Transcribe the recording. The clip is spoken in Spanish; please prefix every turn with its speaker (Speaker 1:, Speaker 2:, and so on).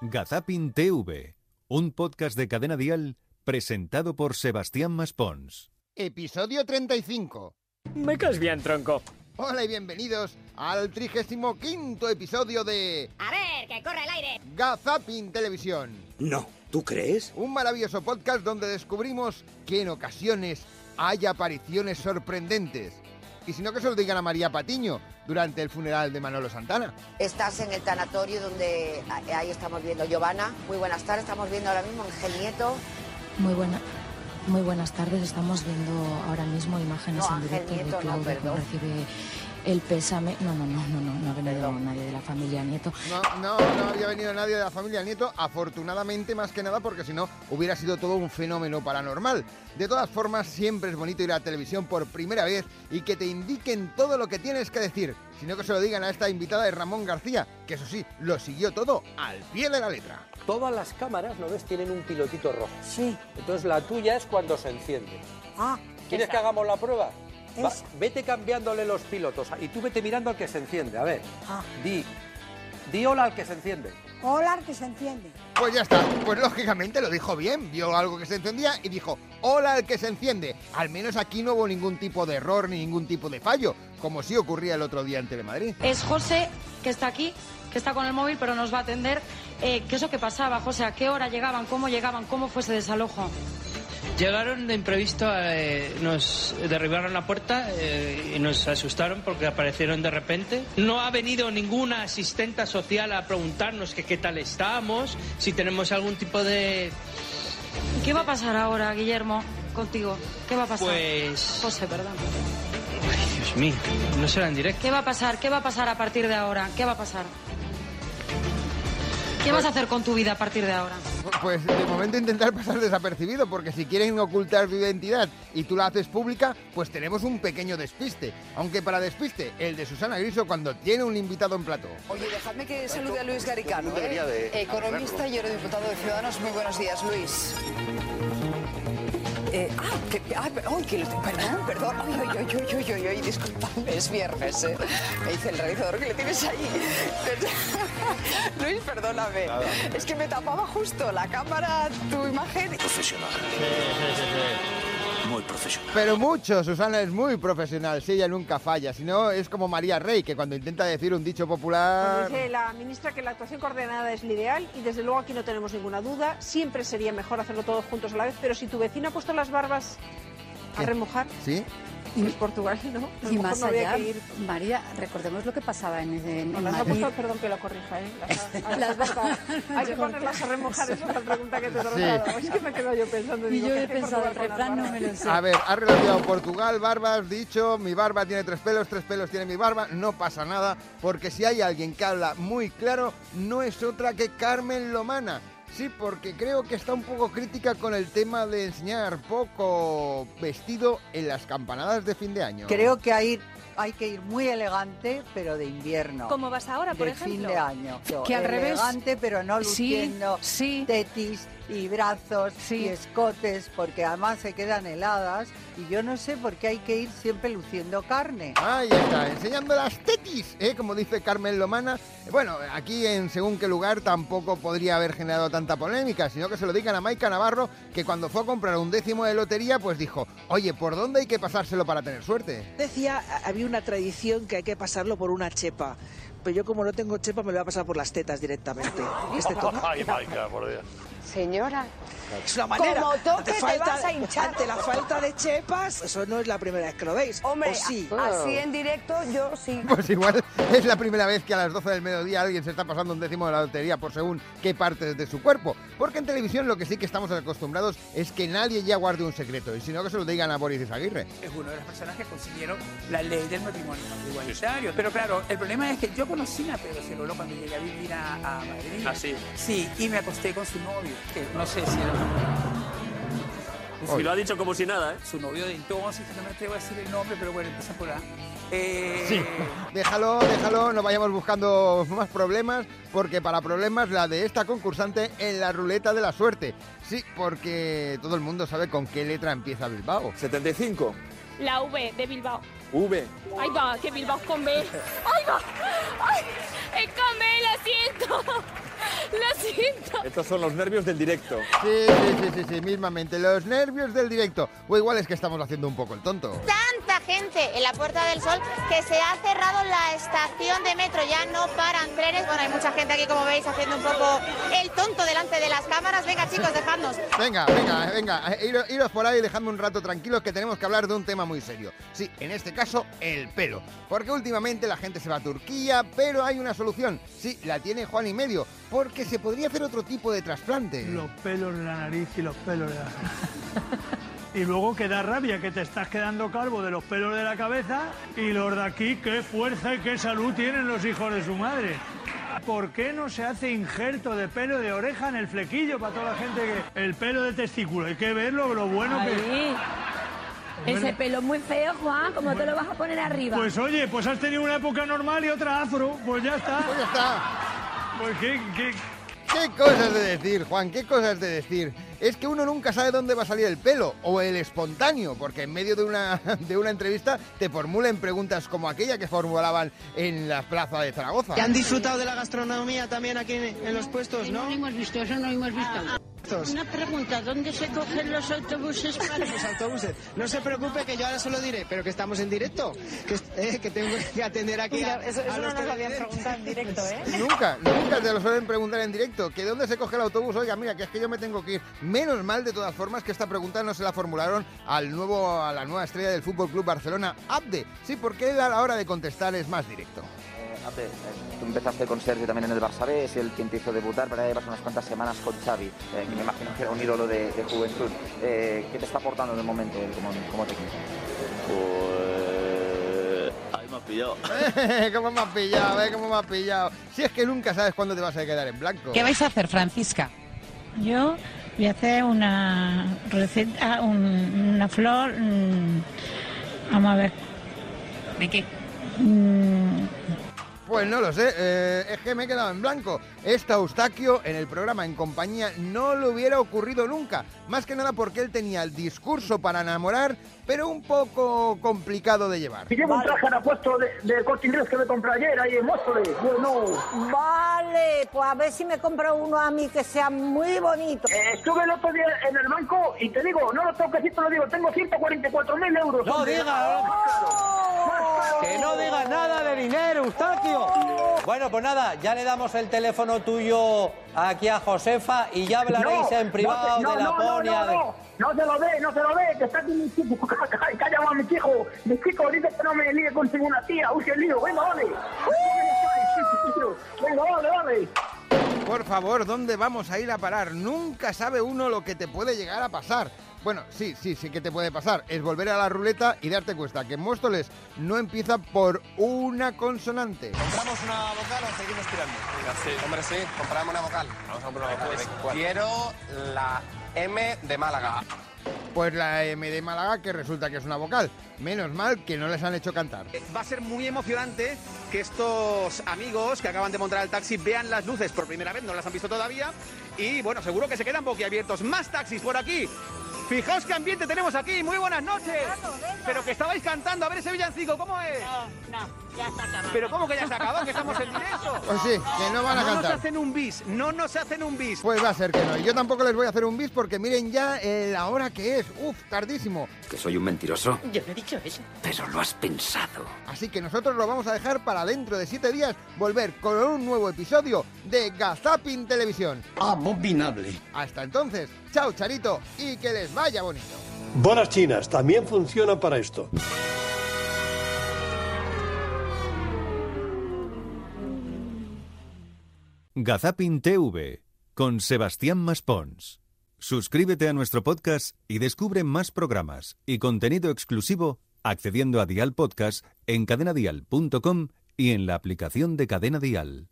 Speaker 1: Gazapin TV, un podcast de cadena dial presentado por Sebastián Maspons.
Speaker 2: Episodio 35.
Speaker 3: Me caes bien, tronco.
Speaker 2: Hola y bienvenidos al 35 episodio de
Speaker 4: A ver, que corre el aire.
Speaker 2: Gazapin Televisión.
Speaker 5: No, ¿tú crees?
Speaker 2: Un maravilloso podcast donde descubrimos que en ocasiones hay apariciones sorprendentes. Y si no, que se lo digan a María Patiño durante el funeral de Manolo Santana.
Speaker 6: Estás en el tanatorio donde a- ahí estamos viendo Giovanna. Muy buenas tardes, estamos viendo ahora mismo a Ángel Nieto.
Speaker 7: Muy buena. Muy buenas tardes, estamos viendo ahora mismo imágenes
Speaker 6: No,
Speaker 7: en
Speaker 6: Ángel
Speaker 7: directo
Speaker 6: Nieto,
Speaker 7: de
Speaker 6: no,
Speaker 7: Claudia
Speaker 6: perdón.
Speaker 7: cuando recibe el pésame. No, no, no, no, no, no ha venido
Speaker 6: Perdón.
Speaker 7: nadie de la familia Nieto.
Speaker 2: No, no, no había venido nadie de la familia Nieto, afortunadamente más que nada porque si no hubiera sido todo un fenómeno paranormal. De todas formas, siempre es bonito ir a la televisión por primera vez y que te indiquen todo lo que tienes que decir, sino que se lo digan a esta invitada de Ramón García, que eso sí, lo siguió todo al pie de la letra.
Speaker 8: Todas las cámaras, ¿no ves? Tienen un pilotito rojo.
Speaker 9: Sí.
Speaker 8: Entonces la tuya es cuando se enciende.
Speaker 9: Ah,
Speaker 8: ¿Quieres que hagamos la prueba? Va,
Speaker 9: Esa.
Speaker 8: vete cambiándole los pilotos y tú vete mirando al que se enciende. A ver,
Speaker 9: Ah.
Speaker 8: di, di hola al que se enciende.
Speaker 9: hola que se enciende.
Speaker 2: Pues ya está, pues lógicamente lo dijo bien, vio algo que se encendía y dijo, hola al que se enciende. Al menos aquí no hubo ningún tipo de error ni ningún tipo de fallo, como sí ocurría el otro día en Telemadrid.
Speaker 10: es José, que está aquí, que está con el móvil, pero nos va a atender. Eh, ¿Qué es lo que pasaba, José? ¿A qué hora llegaban? ¿Cómo llegaban? ¿Cómo fue ese desalojo?
Speaker 11: Llegaron de imprevisto, eh, nos derribaron la puerta eh, y nos asustaron porque aparecieron de repente. No ha venido ninguna asistenta social a preguntarnos que qué tal estamos, si tenemos algún tipo de...
Speaker 10: ¿Qué va a pasar ahora, Guillermo, contigo? ¿Qué va a pasar?
Speaker 11: Pues...
Speaker 10: José, perdón.
Speaker 11: Dios mío, no será en directo.
Speaker 10: ¿Qué va a pasar? ¿Qué va a pasar a partir de ahora? ¿Qué va a pasar? ¿Qué vas a hacer con tu vida a partir de ahora?
Speaker 2: Pues de momento intentar pasar desapercibido, porque si quieren ocultar tu identidad y tú la haces pública, pues tenemos un pequeño despiste. Aunque para despiste, el de Susana Griso cuando tiene un invitado en plato.
Speaker 6: Oye, dejadme que salude a Luis Garicano, ¿eh? economista y eurodiputado de Ciudadanos. Muy buenos días, Luis. Eh, ah, que, ah, ay, que lo- perdón, perdón, ay, ay, ay, ay, ay, ay, ay, disculpadme, es viernes, ¿eh? Me dice el realizador que le tienes ahí. Luis, perdóname, es que me tapaba justo la cámara tu imagen.
Speaker 5: Profesional. Muy profesional.
Speaker 2: Pero mucho, Susana es muy profesional, si ella nunca falla, si no es como María Rey, que cuando intenta decir un dicho
Speaker 7: Ah.
Speaker 2: popular...
Speaker 9: Dice la ministra que la actuación coordenada es lo ideal y desde luego aquí no tenemos ninguna duda. Siempre sería mejor hacerlo todos juntos a la vez, pero si tu vecino ha puesto las barbas a
Speaker 2: ¿Qué?
Speaker 9: remojar,
Speaker 2: ¿Sí?
Speaker 9: y es Portugal, ¿no? Pues A lo
Speaker 7: Y
Speaker 9: mejor
Speaker 7: más
Speaker 9: no había
Speaker 7: allá,
Speaker 9: que ir.
Speaker 7: María, recordemos lo que pasaba en, en,
Speaker 9: No,
Speaker 7: en
Speaker 9: las ha
Speaker 7: Madrid.
Speaker 9: puesto, perdón que lo corrija, ¿eh? Las, ha-
Speaker 7: Las
Speaker 9: las ha- hay que
Speaker 7: Yo creo
Speaker 9: ponerlas
Speaker 7: que-
Speaker 9: a remojar, esa es la pregunta que te he
Speaker 2: Sí.
Speaker 9: trasladado. Es que me quedo yo pensando.
Speaker 7: Y
Speaker 9: digo,
Speaker 7: yo
Speaker 9: ¿qué
Speaker 7: he
Speaker 9: hace
Speaker 7: pensado, el
Speaker 9: Portugal con las
Speaker 7: refrán no
Speaker 9: barbas?
Speaker 7: me lo sé.
Speaker 2: A ver, ha relacionado Portugal, barbas, dicho, mi barba tiene tres pelos, tres pelos tiene mi barba, no pasa nada, porque si hay alguien que habla muy claro, no es otra que Carmen Lomana. Sí, porque creo que está un poco crítica con el tema de enseñar poco vestido en las campanadas de fin de año.
Speaker 9: Creo que hay, hay que ir muy elegante, pero de invierno.
Speaker 4: ¿Cómo vas ahora, por
Speaker 9: de
Speaker 4: ejemplo?
Speaker 9: fin de año.
Speaker 7: Que al revés.
Speaker 9: Elegante, pero no
Speaker 7: Sí,
Speaker 9: luciendo
Speaker 7: sí.
Speaker 9: tetis y brazos
Speaker 7: Sí.
Speaker 9: y escotes, porque además se quedan heladas. Y yo no sé por qué hay que ir siempre luciendo carne.
Speaker 2: Ahí está, enseñando las tetis, ¿eh? como dice Carmen Lomana. Bueno, aquí en según qué lugar tampoco podría haber generado tanta polémica, sino que se lo digan a Maika Navarro, que cuando fue a comprar un décimo de lotería, pues dijo, oye, ¿por dónde hay que pasárselo para tener suerte?
Speaker 9: Decía, había una tradición que hay que pasarlo por una chepa. Pero yo como no tengo chepa me lo voy a pasar por las tetas directamente. Este
Speaker 6: Señora,
Speaker 9: Es una manera.
Speaker 6: Como toque
Speaker 9: Ante
Speaker 6: te vas a hinchar.
Speaker 9: Ante la falta de chepas, eso no es la primera vez que lo veis.
Speaker 11: Oh,
Speaker 9: ¿O sí?
Speaker 6: así en directo yo sí.
Speaker 2: Pues igual es la primera vez que a las 12 del mediodía alguien se está pasando un décimo de la lotería por según qué partes de su cuerpo. Porque en televisión lo que sí que estamos acostumbrados es que nadie ya guarde un secreto, y sino que se lo digan a Boris Izaguirre.
Speaker 9: Es una de las personas que consiguieron la ley del matrimonio igualitario. Pero claro, el problema es que yo conocí a Pedro Cirolo cuando llegué a vivir a, a Madrid.
Speaker 11: Ah, sí.
Speaker 9: Sí, y me acosté con su novio, que no sé si era
Speaker 2: Oye.
Speaker 8: ha dicho como si nada, ¿eh?
Speaker 9: su novio de entonces, no me atrevo a decir el nombre, pero bueno, empieza por A. Eh,
Speaker 2: Déjalo, déjalo, no vayamos buscando más problemas, porque para problemas la de esta concursante en la ruleta de la suerte. Sí, porque todo el mundo sabe con qué letra empieza Bilbao.
Speaker 8: 75.
Speaker 10: La V de Bilbao.
Speaker 8: V.
Speaker 10: Ahí va, que Bilbao con B. Ahí va. Ay, es con B, lo siento.
Speaker 3: La cinta.
Speaker 5: Estos son los nervios del directo.
Speaker 2: Sí, sí, sí, sí, sí, mismamente. Los nervios del directo. O igual es que estamos haciendo un poco el tonto.
Speaker 12: Tanta gente en la Puerta del Sol que se ha cerrado la estación de metro. Ya no paran trenes. Bueno, hay mucha gente aquí, como veis, haciendo un poco el tonto delante de las cámaras. Venga, chicos, dejadnos.
Speaker 2: Venga, venga, venga. eh, Iros, iros por ahí, dejadme un rato tranquilos que tenemos que hablar de un tema muy serio. Sí, en este caso, el pelo. Porque últimamente la gente se va a Turquía, pero hay una solución. Sí, la tiene Juan y medio. Porque se podría hacer otro tipo de trasplante.
Speaker 13: Los pelos de la nariz y los pelos de la cara. Y luego que da rabia que te estás quedando calvo de los pelos de la cabeza y los de aquí qué fuerza y qué salud tienen los hijos de su madre. ¿Por qué no se hace injerto de pelo de oreja en el flequillo para toda la gente que... El pelo de testículo, hay que verlo, lo bueno
Speaker 3: Ahí.
Speaker 13: que...
Speaker 3: Ese pelo muy feo, Juan, ¿cómo te lo vas a poner arriba?
Speaker 13: Pues oye, pues has tenido una época normal y otra afro, pues ya está. Pues ya
Speaker 2: está.
Speaker 13: Pues qué, qué,
Speaker 2: Qué cosas de decir, Juan, qué cosas de decir. Es que uno nunca sabe dónde va a salir el pelo o el espontáneo, porque en medio de una, de una entrevista te formulen preguntas como aquella que formulaban en la plaza de Zaragoza.
Speaker 14: ¿Que han disfrutado de la gastronomía también aquí en, en los puestos, no? No hemos visto, eso no hemos visto. Una pregunta, ¿dónde se cogen los autobuses para...? Los autobuses. No se preocupe que yo ahora solo diré, pero que estamos en directo, que, eh, que tengo que atender aquí a,
Speaker 6: Mira, eso-
Speaker 14: a
Speaker 6: eso
Speaker 14: los
Speaker 6: no nos lo habían
Speaker 14: televidentes.
Speaker 6: preguntado en directo, ¿eh?
Speaker 2: Nunca, nunca te lo suelen preguntar en directo, que dónde se coge el autobús, oiga, mira, que es que yo me tengo que ir. Menos mal de todas formas que esta pregunta no se la formularon al nuevo, a la nueva estrella del Fútbol Club Barcelona, Abde. Sí, porque él a la hora de contestar es más directo.
Speaker 15: Ape, eh, tú empezaste con Sergio también en el Barça B, es el quien te hizo debutar, pero ya llevas unas cuantas semanas con Xavi, eh, que me imagino que era un ídolo de, de juventud. Eh, ¿Qué te está aportando en el momento él como, como técnico?
Speaker 16: Pues... Ahí me has pillado.
Speaker 2: ¿Cómo me has pillado, eh? ¿Cómo me has pillado? Si es que nunca sabes cuándo te vas a quedar en blanco.
Speaker 17: ¿Qué vais a hacer, Francisca? Yo voy a hacer una receta, una flor. vamos a ver. ¿De qué?
Speaker 2: Pues no lo sé, eh, es que me he quedado en blanco. Esta Eustaquio en el programa En Compañía no le hubiera ocurrido nunca, más que nada porque él tenía el discurso para enamorar, pero un poco complicado de llevar.
Speaker 18: Y llevo un traje repuesto de, del corte inglés que me compré ayer ahí en Móstoles. Bueno.
Speaker 19: Vale, pues a ver si me compro uno a mí que sea muy bonito.
Speaker 18: Eh, Estuve el otro día en el banco y te digo, no lo tengo que decir, te lo digo, tengo 144.000 euros.
Speaker 8: No
Speaker 18: hombre. Ah.
Speaker 8: diga, no. Que no digas nada de dinero, Eustaquio. Bueno, pues nada, ya le damos el teléfono tuyo aquí a Josefa y ya hablaréis
Speaker 18: No,
Speaker 8: en privado
Speaker 18: no,
Speaker 8: de la
Speaker 18: no, no,
Speaker 8: ponia.
Speaker 18: No,
Speaker 8: de-
Speaker 18: no, no se lo ve, no se lo ve, que está aquí mi chico, que ha llamado a mi chico. Mi chico dice que no me líe consigo una tía, uy, qué lío, venga, vale. Venga, vale, vale.
Speaker 2: Por favor, ¿dónde vamos a ir a parar? Nunca sabe uno lo que te puede llegar a pasar. Bueno, sí, sí, sí que te puede pasar. Es volver a la ruleta y darte cuenta que Móstoles no empieza por una consonante.
Speaker 20: ¿Compramos una vocal o seguimos tirando? Hombre, sí, compramos una vocal. Vamos a comprar una vocal. Quiero la M de Málaga.
Speaker 2: Pues la M de Málaga que resulta que es una vocal. Menos mal que no les han hecho cantar. Pues
Speaker 5: Va a ser muy emocionante que estos amigos que acaban de montar el taxi vean las luces por primera vez, no las han visto todavía. Y bueno, seguro que se quedan boquiabiertos. Más taxis por aquí. Fijaos qué ambiente tenemos aquí. Muy buenas noches. Pero que estabais cantando. A ver ese villancico, ¿cómo es?
Speaker 3: No, ya está acabado.
Speaker 5: Pero ¿cómo que ya se acabó? Que estamos en directo.
Speaker 2: Pues sí, que no van a
Speaker 5: No
Speaker 2: cantar.
Speaker 5: nos hacen un bis, no nos hacen un bis.
Speaker 2: Pues va a ser que no. Y yo tampoco les voy a hacer un bis porque miren ya eh, la hora que es. Uf, tardísimo.
Speaker 21: Que soy un mentiroso.
Speaker 2: Yo no he dicho eso.
Speaker 21: Pero lo has pensado.
Speaker 2: Así que nosotros lo vamos a dejar para dentro de siete días volver con un nuevo episodio de Gazapin Televisión.
Speaker 22: Abominable.
Speaker 2: Hasta entonces, chao Charito y que les vaya bonito.
Speaker 22: Bolas chinas también funcionan para esto.
Speaker 1: Gazapin TV con Sebastián Maspons. Suscríbete a nuestro podcast y descubre más programas y contenido exclusivo accediendo a Dial Podcast en cadenadial.com y en la aplicación de Cadena Dial.